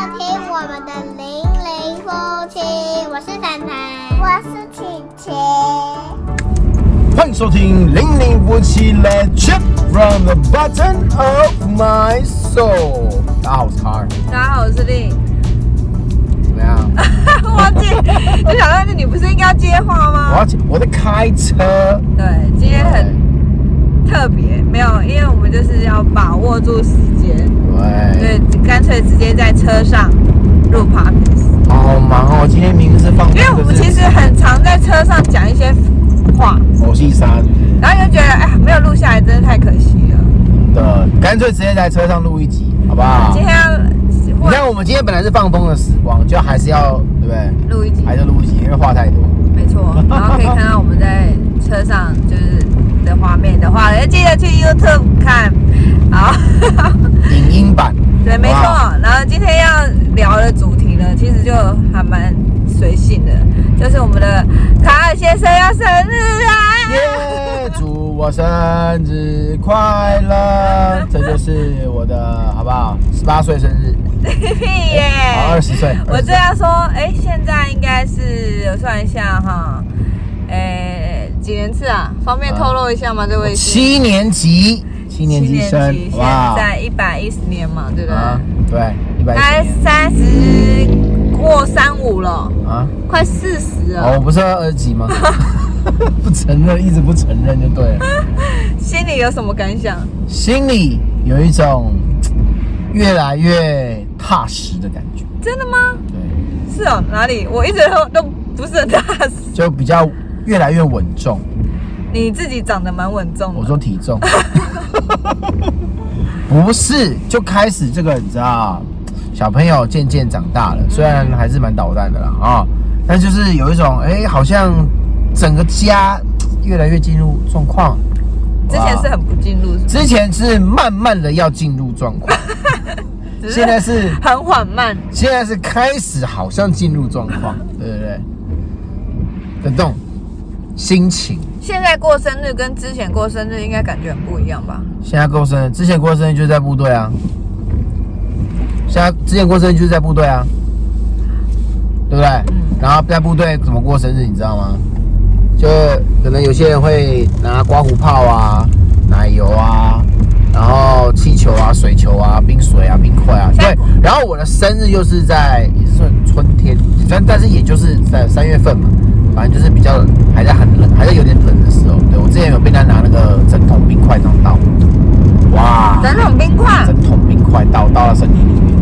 我们的零零夫妻，我是凡凡，我是琪琪。欢迎收听《零零夫妻 Let's Chip from the Bottom of My Soul》。大家好，我是卡 尔，大家好，我是丽。怎么样？ 忘记，我想到你不是应该要接话我要吗？讲我在开车，对，今天很特别，没有，因为我们就是要把握住时间，对，对，干脆直接在车上录 podcast，对，好忙哦。今天明明是放，因为我们其实很常在车上讲一些话，佛系杀然后就觉得哎呀，没有录下来，真的太可惜了。的，干脆直接在车上录一集，好不好今？天要你会看，我们今天本来是放风的时光，就还是要对不对？录一集，还是录一集，因为话太多。没错，然后可以看到我们在车上就是的画面的话，要记得去 YouTube 看，好。影音版，对，没错好不好。然后今天要聊的主题呢，其实就还蛮随性的，就是我们的卡尔先生要生日啊！耶！祝我生日快乐！这就是我的，好不好？十八岁生日，屁耶！好，二十岁。我这这样样说，哎，现在应该是我算一下哈，哎，几年次啊？方便透露一下吗？这位是七年级，七年级生，七好年级现不好？在一百一十年嘛，对不对？啊，对，一百大概年三十过三五了，啊。快四十了。哦，我不是二十几 吗？不承认，一直不承认就对了。心里有什么感想？心里有一种嘖越来越踏实的感觉，真的吗？对，是哦，哪里？我一直都都不是很大。就比较越来越稳重。你自己长得蛮稳重的。我说体重，不是，就开始这个你知道，小朋友渐渐长大了，虽然还是蛮捣蛋的啦啊、但就是有一种哎、好像整个家越来越进入状况。之前是很不进入，是不是之前是慢慢的要进入状况， 只现在是很缓慢。现在是开始好像进入状况，对不对？的动心情。现在过生日跟之前过生日应该感觉很不一样吧？现在过生日，之前过生日就是在部队啊。现在之前过生日就是在部队啊，对不对？然后在部队怎么过生日，你知道吗？就可能有些人会拿刮胡泡啊、奶油啊，然后气球啊、水球啊、冰水啊、冰块啊。对在，然后我的生日又是在也是算春天，但但是也就是在三月份嘛，反正就是比较还在很冷，还在有点冷的时候。对我之前有被他拿那个整桶冰块这样倒，哇，整桶冰块，整桶冰块倒到了身体里面，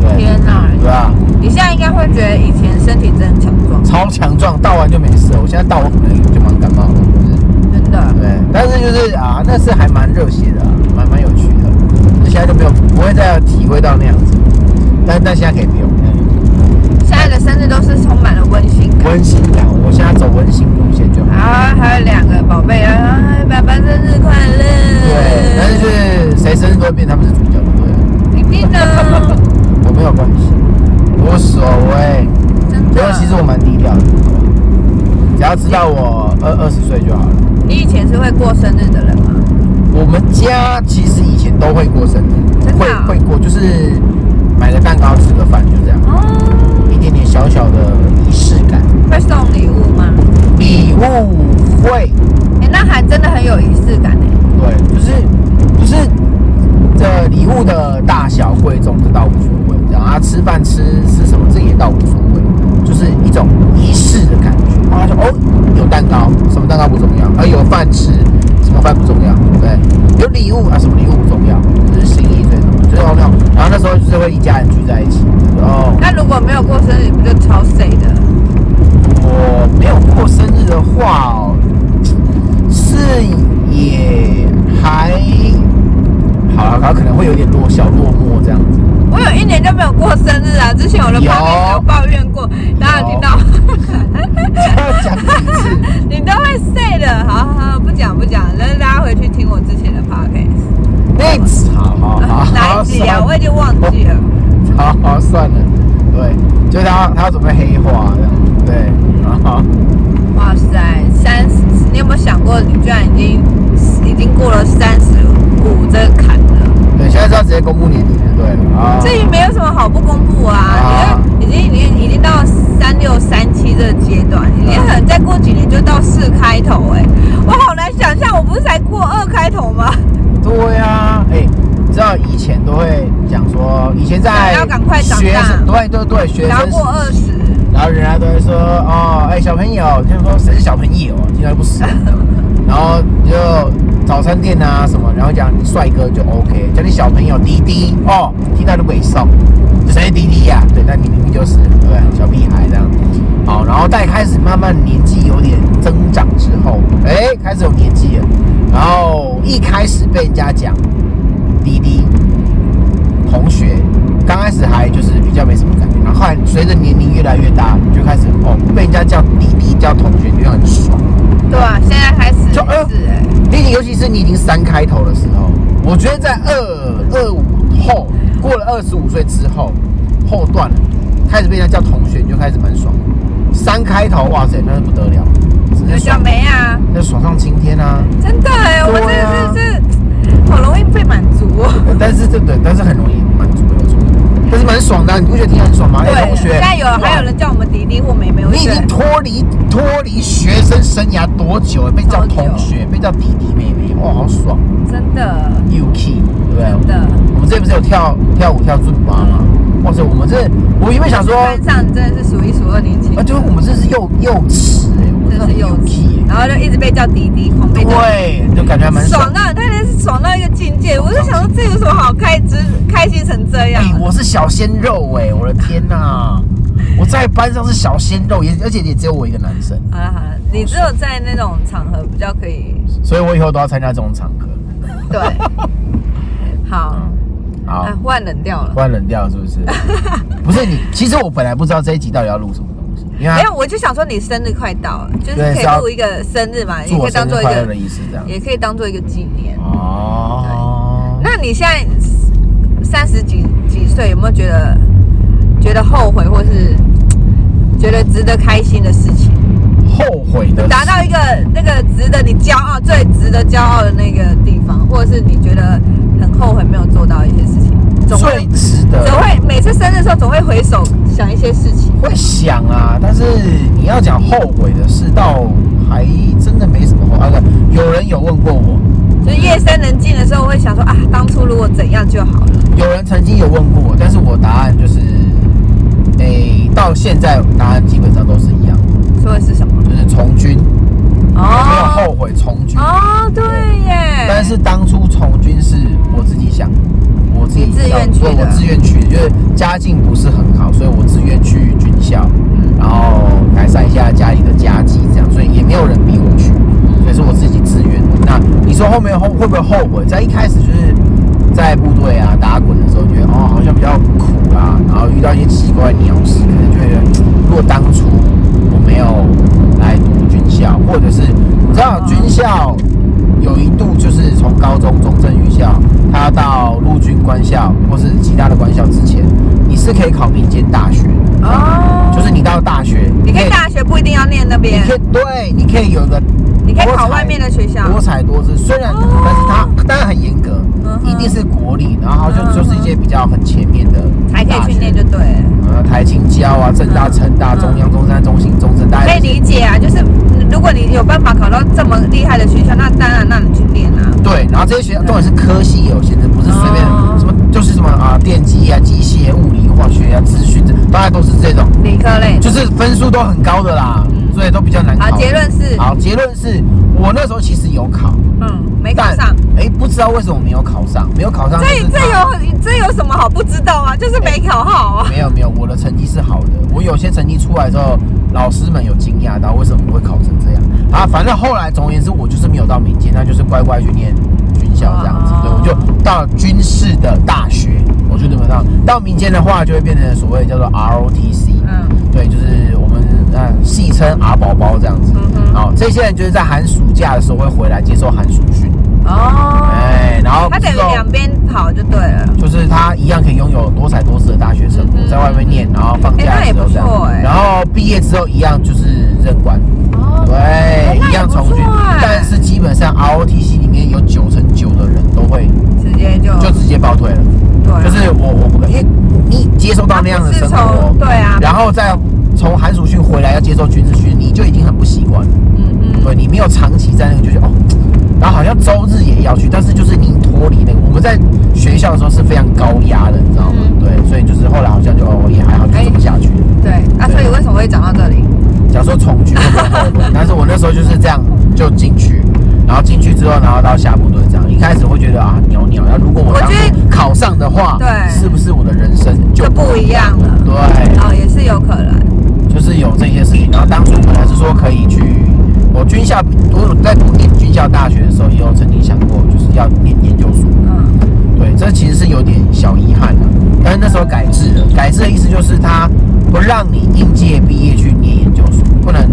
对天哪！对啊，你现在应该会觉得以前身体真的强壮，超强壮，倒完就没事了。我现在倒我可能就蛮感冒的，就是。真的。对，但是就是啊，那是还蛮热血的、啊，蛮蛮有趣的。那现在就没有不会再体会到那样子，但但现在可以不用。现在的生日都是充满了温馨感。温馨感，我现在走温馨路线就好。啊，还有两个宝贝啊，哎爸爸生日快乐！对，但是就是谁生日都会变，他们是主角，对一定的， 不对？我没有关系，无所谓。真因为的。其实我蛮低调的，只要知道我二二十岁就好了。你以前是会过生日的人吗？我们家其实以前都会过生日，真的会啊会过，就是买个蛋糕，吃个饭，就这样。哦，一点点小小的仪式感。会送礼物吗？礼物会，哎、那还真的很有仪式感哎。对，就是不是这礼物的大小贵重，这倒无所谓。然后吃饭吃吃什么，这也倒无所谓，就是一种仪式的感觉。然后就哦，有蛋糕，什么蛋糕不重要，而有饭吃，什么饭不重要，对。有礼物啊，什么礼物不重要，就是心意最重要，最重要。然后那时候就是会一家人聚在一起，哦然后那如果没有过生日，不就超 C 的？我没有过生日的话、哦，是也还好了，他可能会有点落小落寞这样子。我有一年就没有过生日啊，之前我的 p 有 a r 有抱怨过，大家有听到？ 要讲几次？你都会 C 的，好好好不讲不讲，但是大家回去听我之前的 p o d c a s 那一次好好好 t 哪好，一集啊？算我已经忘记了。好好算了，对，就他他要准备黑化这样，对，啊好，哇塞，三十，你有没有想过，你居然已经已经过了三十五这个坎了？对，现在是要直接公布年龄了，对了啊。这也没有什么好不公布啊啊！你已经已经已经到三六三七这个阶段，你可能再过几年就到四开头哎、嗯我好难想象，我不是才过二开头吗？对啊，哎、你知道以前都会讲说，以前在要赶快长大学生对对对，学然后生过二十，然后人家都会说哦，哎、小朋友，就说谁是小朋友啊，听到不死。然后你就早餐店啊什么，然后讲你帅哥就 OK，讲你小朋友滴滴哦，听到就鬼送，这谁是滴滴呀、对，那你明明就是对不对小屁孩这样。好，然后再开始慢慢年纪有点增长之后，哎，开始有年纪了，然后一开始被人家讲滴滴，同学，刚开始还就是比较没什么感觉，然后后来随着年龄越来越大，你就开始哦，被人家叫弟弟叫同学，你就很爽。对啊，现在开始就呃二是哎、你尤其是你已经三开头的时候，我觉得在二二五后，过了二十五岁之后，后段了，开始被人家叫同学，你就开始蛮爽。三开头，哇塞，那是不得了，直有接小爽，梅啊，那爽上青天啊！真的哎、我真对啊的是是好容易被满足哦。但是这对，但是很容易满足，没有错。但是蛮爽的啊，你不觉得听起来很爽吗？哎、同学，现在有还有哇人叫我们迪迪或妹妹，我你已觉经得脱离脱离学生生涯多久了？被叫同学，被叫弟弟妹妹，哇，好爽真的！UK，对不对？真的，我们这不是有跳跳舞跳尊巴吗？哇塞，我们这我原本想说，班上真的是数一数二年轻啊，人，就是我们这是幼幼齿哎、我们真的是幼稚 UK，然后就一直被叫迪迪，狂被叫对，就感觉还蛮爽爽。到，他真的是爽到一个境界。我就想说，这有什么好开之开心成这样啊哎、的？我是小鲜肉哎、我的天哪、我在班上是小鲜肉，也而且也只有我一个男生，好了好了，你只有在那种场合比较可以，所以我以后都要参加这种场合。 对，好，嗯好哎，，忽然冷掉了突。然冷掉了是不 是？不是你，其实我本来不知道这一集到底要录什么东西，因为它没有，哎我就想说你生日快到了，就是对可是要以录一个生日嘛，也祝可我以生当日做一快乐的个，意思这样。也可以当做一个纪念。哦，那你现在三十几几岁，有没有觉得觉得后悔，或是觉得值得开心的事情？后悔的达到一个那个值得你骄傲、最值得骄傲的那个地方，或者是你觉得很后悔没有做到一些事情，总最会值总得会每次生日的时候总会回首想一些事情。会想啊，但是你要讲后悔的事，倒还真的没什么后悔。啊不有人有问过我，就是夜深人静的时候，会想说啊，当初如果怎样就好了。有人曾经有问过我，但是我答案就是，诶、到现在答案基本上都是一样，说的是什么？就是从军，没有哦后悔从军。哦，对耶。但是当初从军是我自己想，我自己你自愿去的对我自愿去，就是家境不是很好，所以我自愿去军校，然后改善一下家里的家计，这样，所以也没有人逼我去，所以是我自己自愿的。那你说后面后会不会后悔？在一开始就是在部队啊打滚的时候，觉得哦好像比较苦啊，然后遇到一些奇怪的鸟事，可能就会觉得如果当初我没有来读军校，或者是你知道军校。有一度就是从高中中正预校，他到陆军官校或是其他的官校之前，你是可以考民间大学的，哦，就是你到大学，你可以大学不一定要念那你边可，以对，你可以有一个你可以考多彩外面的学校。多才多姿，虽然哦但是它当然很严格嗯，哼一定是国立，然后嗯哼就就是一些比较很前面的才可大以学去念，就对了。呃，台青交啊、正大、嗯成大、嗯中央、中山、中兴、中正，大可概以理解啊，就是如果你有办法考到这么厉害的学校，那当然让你去念啊。对，然后这些学校重点是科系有限制，不是随便哦什么就是什么啊，电机啊、机械、物理、化学啊、资讯，这大概都是这种，理科类的。就是分数都很高的啦，嗯所以都比较难考。好，结论是，好，结论是我那时候其实有考，嗯，没没考上。，哎，不知道为什么没有考上，没有考上就是这它这有这有什么好不知道啊？就是没考好啊。没有没有，我的成绩是好的。我有些成绩出来之后，老师们有惊讶到为什么我会考成这样啊。反正后来总而言之，我就是没有到民间，那就是乖乖去念军校这样子。哦对，我就到军事的大学，我就没有到到民间的话，就会变成所谓叫做 ROTC。嗯，对，就是我们呃戏称“阿宝宝”这样子嗯。哼好，这些人就是在寒暑假的时候会回来接受寒暑训，哦，哎，然后他等于之后两边跑就对了。就是他一样可以拥有多彩多姿的大学生活，嗯哼在外面念，然后放假的时候这样，哎那也不错哎然后毕业之后一样就是任官，哦，对，那一也样不从错军，哎但是基本上 ROTC 里面有九成九的人都会直接就就直接报退了，哦对啊，就是我我不可因为你结到那样的是生活从，对啊，然后再从寒暑训回来要接受军事训，你就已经很不习惯了。嗯嗯，对你没有长期在那个，就觉得哦，然后好像周日也要去，但是就是你脱离那个。我们在学校的时候是非常高压的，你知道吗？嗯对，所以就是后来好像就哦也还好，就这么 下去了。对啊，所以为什么会讲到这里？假如说从军会比较后悔，但是我那时候就是这样就进去，然后进去之后，然后到下部队这样，一开始会觉得啊鸟鸟，要如果我我当觉初得考上的话，对是不是我的人生就就不一样了对，哦，也是有可能。就是有这些事情。然后当初本来是说可以去，我军校，我在读念军校大学的时候，也有曾经想过，就是要念研究所。嗯，对，这其实是有点小遗憾的、但是那时候改制了，改制的意思就是它不让你应届毕业去念研究所，不能。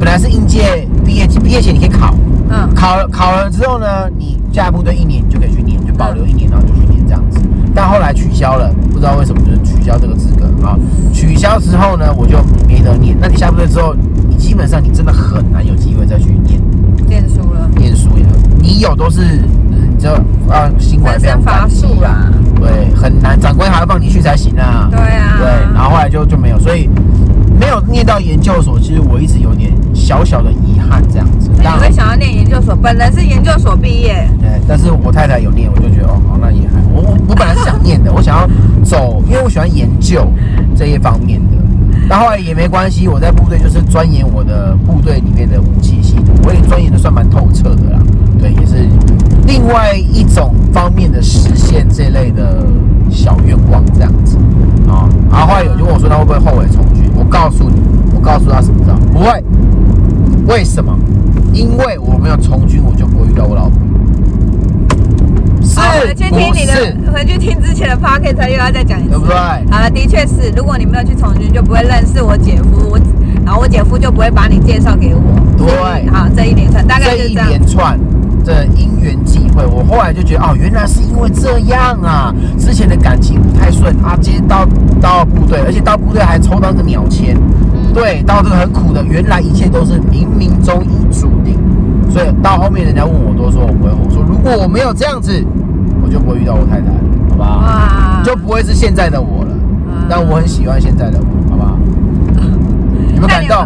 本来是应届毕业，毕业前你可以考，嗯，考了考了之后呢，你下部队一年你就可以去念，就保留一年，然后就去念这样子。但后来取消了，不知道为什么就是取消这个资格啊。取消之后呢，我就没得念。那你下部队之后，你基本上你真的很难有机会再去念念书了，念书了。你有都是，嗯，你知道啊，心怀人非常生乏感激术啊。啦。对，很难，长官还要放你去才行啊。对啊对，然后后来就就没有，所以没有念到研究所，其实我一直有点小小的遗憾这样子。那当哎你然会想要念研究所？本人是研究所毕业，对，但是我太太有念，我就觉得哦，好，那也还好我我我本来是想念的，我想要走，因为我喜欢研究这一方面的。但后来也没关系，我在部队就是钻研我的部队里面的武器系统，我也钻研的算蛮透彻的啦。对，也是另外一种方面的实现这类的小愿望这样子啊。然后后来有人就问我说，他会不会后悔从军？我告诉你，我告诉他什么知道吗？不会。为什么？因为我没有从军，我就不会遇到我老婆。是哦回去听不你是？的，回去听之前的 p o c k e t 又要再讲一次，对不对好了，的确是，如果你没有去从军，就不会认识我姐夫，我然后我姐夫就不会把你介绍给我。对好，这一连串大概这就是一这样。连串的因缘际会，我后来就觉得哦，原来是因为这样啊，之前的感情不太顺啊，今天到到部队，而且到部队还抽到个鸟签，嗯对，到这个很苦的，原来一切都是冥冥中已注定。所以到后面人家问我都说我不会，我说如果我没有这样子，我就不会遇到我太太了，好不好？哇就不会是现在的我了。啊但我很喜欢现在的我，好不好？ 有没有那感你动？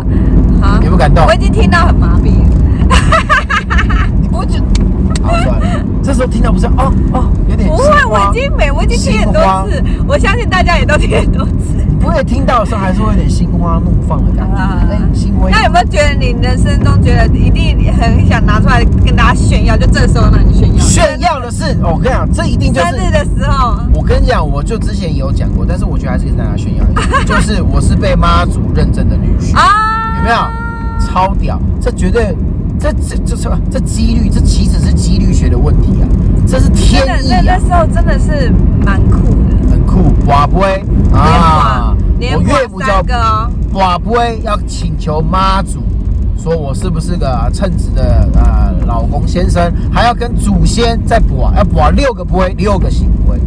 好有没有感动我已经听到很麻痹了。你不觉好算 了，这时候听到不是哦哦，有点不心会，慌我已经没，我已经听很多次，我相信大家也都听很多次。不会听到的时候还是会有点心花怒放的感觉，啊哎，心灰。那有没有觉得你人生中觉得一定很想拿出来跟大家炫耀？就这时候呢，你炫耀。炫耀的是，哦我跟你讲，这一定就是生日的时候，我跟你讲，我就之前也有讲过，但是我觉得还是跟大家炫耀一下，就是我是被妈祖认证的女婿，啊，有没有？超屌！这绝对，这这这这这几率，这岂止是几率学的问题啊，这是天真的，意那啊那！时候真的是蛮酷的。很酷，瓦杯啊，连我花岳连父花叫三个哦，瓦杯，要请求妈祖，说我是不是个啊称职的呃老公先生，还要跟祖先再卜，啊要卜六个杯，六个行为，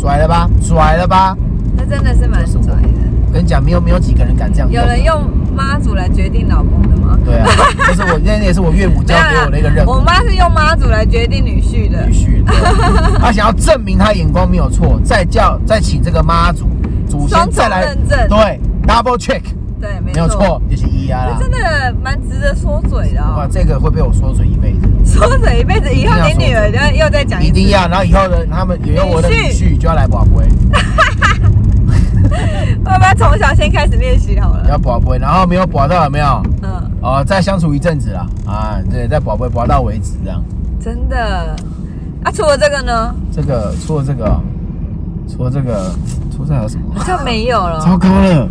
拽了吧，拽了吧！那真的是蛮拽的。我跟你讲，没有没有几个人敢这样有用。人用妈祖来决定老公的吗？对啊，这是我那那也是我岳母 交给我的一个任务我。妈是用妈祖来决定女婿的女。 婿，对他想要证明他眼光没有错，再叫再请这个妈祖祖双先重再来认证对 double check，对，没哎没有错，就是一啊啦这。真的蛮值得说嘴的哇，哦。这个会被我说嘴一辈子，说嘴一辈子，以后你女儿就又再讲一次定。要。然后以后呢，他们有我的女女婿婿就要来保杯，要不要从小先开始练习好了？要保杯，然后没有保到有没有？嗯，哦，再相处一阵子啦，啊，对，再保杯保到为止这样。真的。啊，除了这个呢，这个除了这个，除了这个，除了这还有什么？就没有了。糟糕了，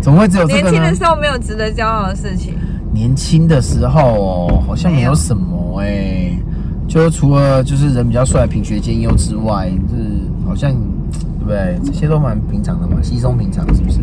怎么会只有这哦年个轻呢的？时候没有值得骄傲的事情。年轻的时候哦，好像没没有有什么哎、就除了就是人比较帅、品学兼优之外，就是好像对不对？这些都蛮平常的嘛，稀松平常是不是？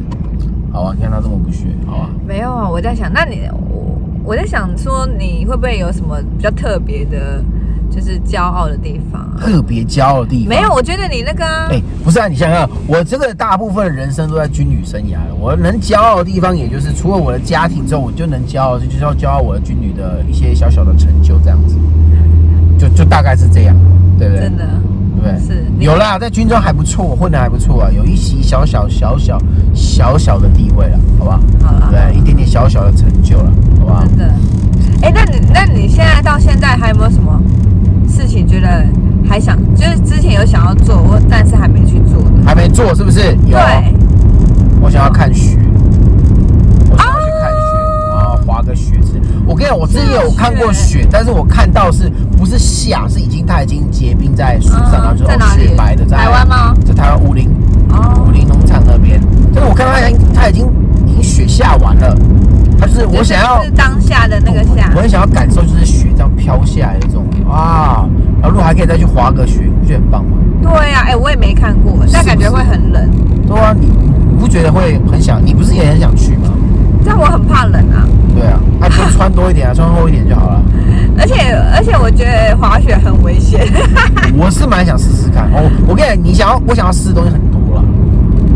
好啊，你看他这么不屑，好啊。没有啊，我在想，那你我我在想说，你会不会有什么比较特别的，就是骄傲的地方啊？特别骄傲的地方没有，。我觉得你那个啊，哎、不是啊，你想想，我这个大部分人生都在军旅生涯了。我能骄傲的地方，也就是除了我的家庭之后，我就能骄傲，就是要骄傲我的军旅的一些小小的成就，这样子，就就大概是这样，对不对？真的，对不对？是有啦，在军中还不错，混的还不错啊，有一席小小小小小小的地位了，啊好不好？好啦对不啊对，一点点小小的成就了，好不好？真的。哎、那你那你现在到现在还有没有什么事情觉得还想，就是之前有想要做，我但是还没去做的？还没做是不是？有，啊对，我想要看雪，我想要去看雪，然后滑个雪之类。我跟你讲，我之前有看过雪，但是我看到是不是下，是已经它已经结冰在树上，嗯然后就在哪哦里雪白的，在台湾吗？在台湾武林武哦，林农场那边，但是我看到它已经它已经已经雪下完了，它就是我想要就是当下的那个下我，很想要感受就是雪这样飘下来的这种啊，然后如果还可以再去滑个雪，不觉得很棒吗？对呀、啊，哎、我也没看过，但感觉会很冷，对啊，你你不觉得会很想？你不是也很想去吗？但我很怕冷啊，对啊，那、就穿多一点啊，穿厚一点就好了。而且而且我觉得滑雪很危险，我是蛮想试试看哦。我跟你讲，你想要我想要试的东西很多了，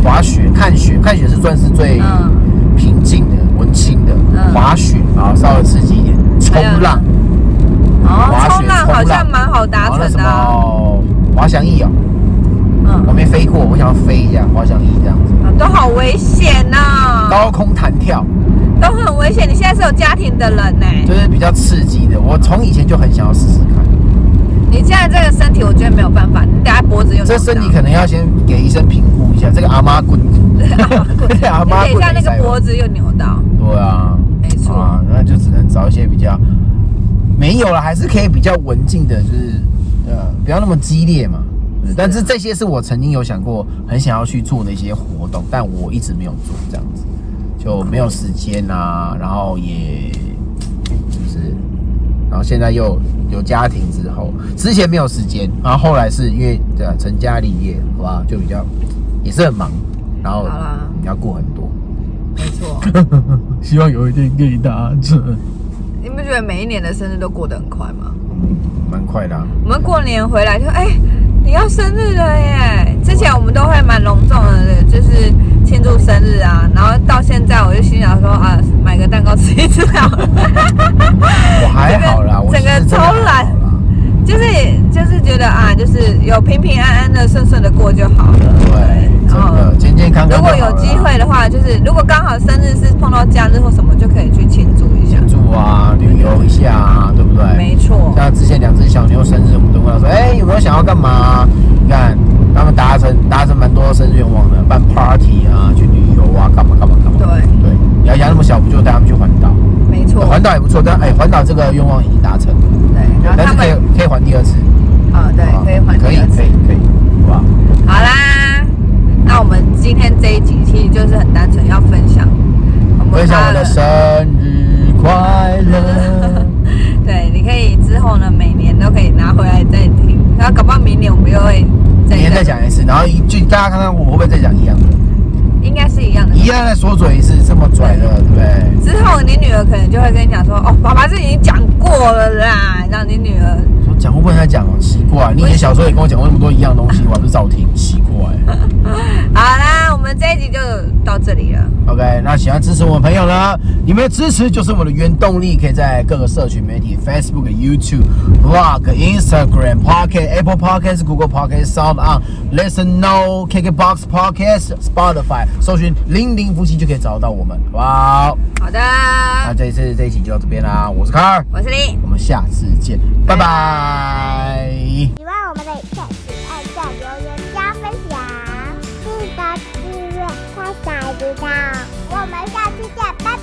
滑雪、看雪，看雪是算是最嗯， 平静的、文青的。嗯滑雪啊，稍微刺激一点，冲浪，哦，滑雪冲浪冲浪好像蛮好然达后那成什的、啊，么滑翔翼哦，我嗯，没飞过，我想要飞一下滑翔翼这样子，都好危险呐、高空弹跳，都很危险。你现在是有家庭的人呢、就是比较刺激的。我从以前就很想要试试看。嗯你现在这个身体，我觉得没有办法，你等下脖子又这身体可能要先给医生评估一下，这个阿妈滚， 能阿妈你等一滚下没那塞个吧脖子又扭到，对啊，没错啊，那就只能找一些比较没有了，还是可以比较文静的，就是呃，不要那么激烈嘛。是啊但是这些是我曾经有想过很想要去做的一些活动，但我一直没有做，这样子就没有时间啊，然后也就是，然后现在又有家庭之后，之前没有时间，然后后来是因为对啊成家立业，好吧，就比较也是很忙，然后好啦要顾很多。没错。 希望有一天可以达成。你不觉得每一年的生日都过得很快吗？嗯，蛮快的、啊。我们过年回来就哎、你要生日了耶！之前我们都会蛮隆重的，就是庆祝生日啊。然后到现在，我就心想说啊，买个蛋糕吃一吃啊好了。我还好啦，我整个其实真的还好啦偷 就是就是觉得啊，就是有平平安安的、顺顺的过就好了。对，真然后的健健康康。哦如果有机，会的话，就是如果刚好生日是碰到假日或什么，就可以去庆祝一下。住啊，旅游一下啊，对不对？没错，像之前两只小牛生日，我们都问他说：“哎、有没有想要干嘛、你看他们达成达成蛮多生日愿望的，办 party 啊，去旅游啊，干嘛干嘛干嘛。对对，你要压那么小，不就带他们去环岛？没错，环岛也不错，但哎，环岛这个愿望已经达成了，对，然后但他是可以们可以环第二次，啊，对好，可以还可以第二次可以。可以，好吧？好啦，那我们今天这一集其实就是很单纯要分享，我们分享我的发生日快乐。对，你可以之后呢，每年都可以拿回来再听，然后搞不好明年我们又会再明天 再，讲一次，然后一句大家看看我会不会再讲一样的，应该是一样的。一样再说嘴一次，这么拽的，对不对？之后你女儿可能就会跟你讲说，哦，爸爸这已经讲过了啦，让你女儿说讲过不能再讲哦，奇怪，你以前小时候也跟我讲过那么多一样东西，我还不是照听，奇怪。好啦，我们这一集就到这里了。 OK，那喜欢支持我们的朋友呢，你们的支持就是我们的原动力，可以在各个社群媒体 Facebook、YouTube、Blog、Instagram、Pocket、Apple Podcast、Google Podcast、Sound On、Listen No、KKBox Podcast、Spotify 搜寻“零零夫妻”就可以找到我们，好不好？好的，那这一次这一期就到这边啦，我是卡尔，我是丽。我们下次见，拜拜喜欢我们的影片，请按赞、留言、加分享，记得订阅，开小铃铛。我们下期见，拜拜。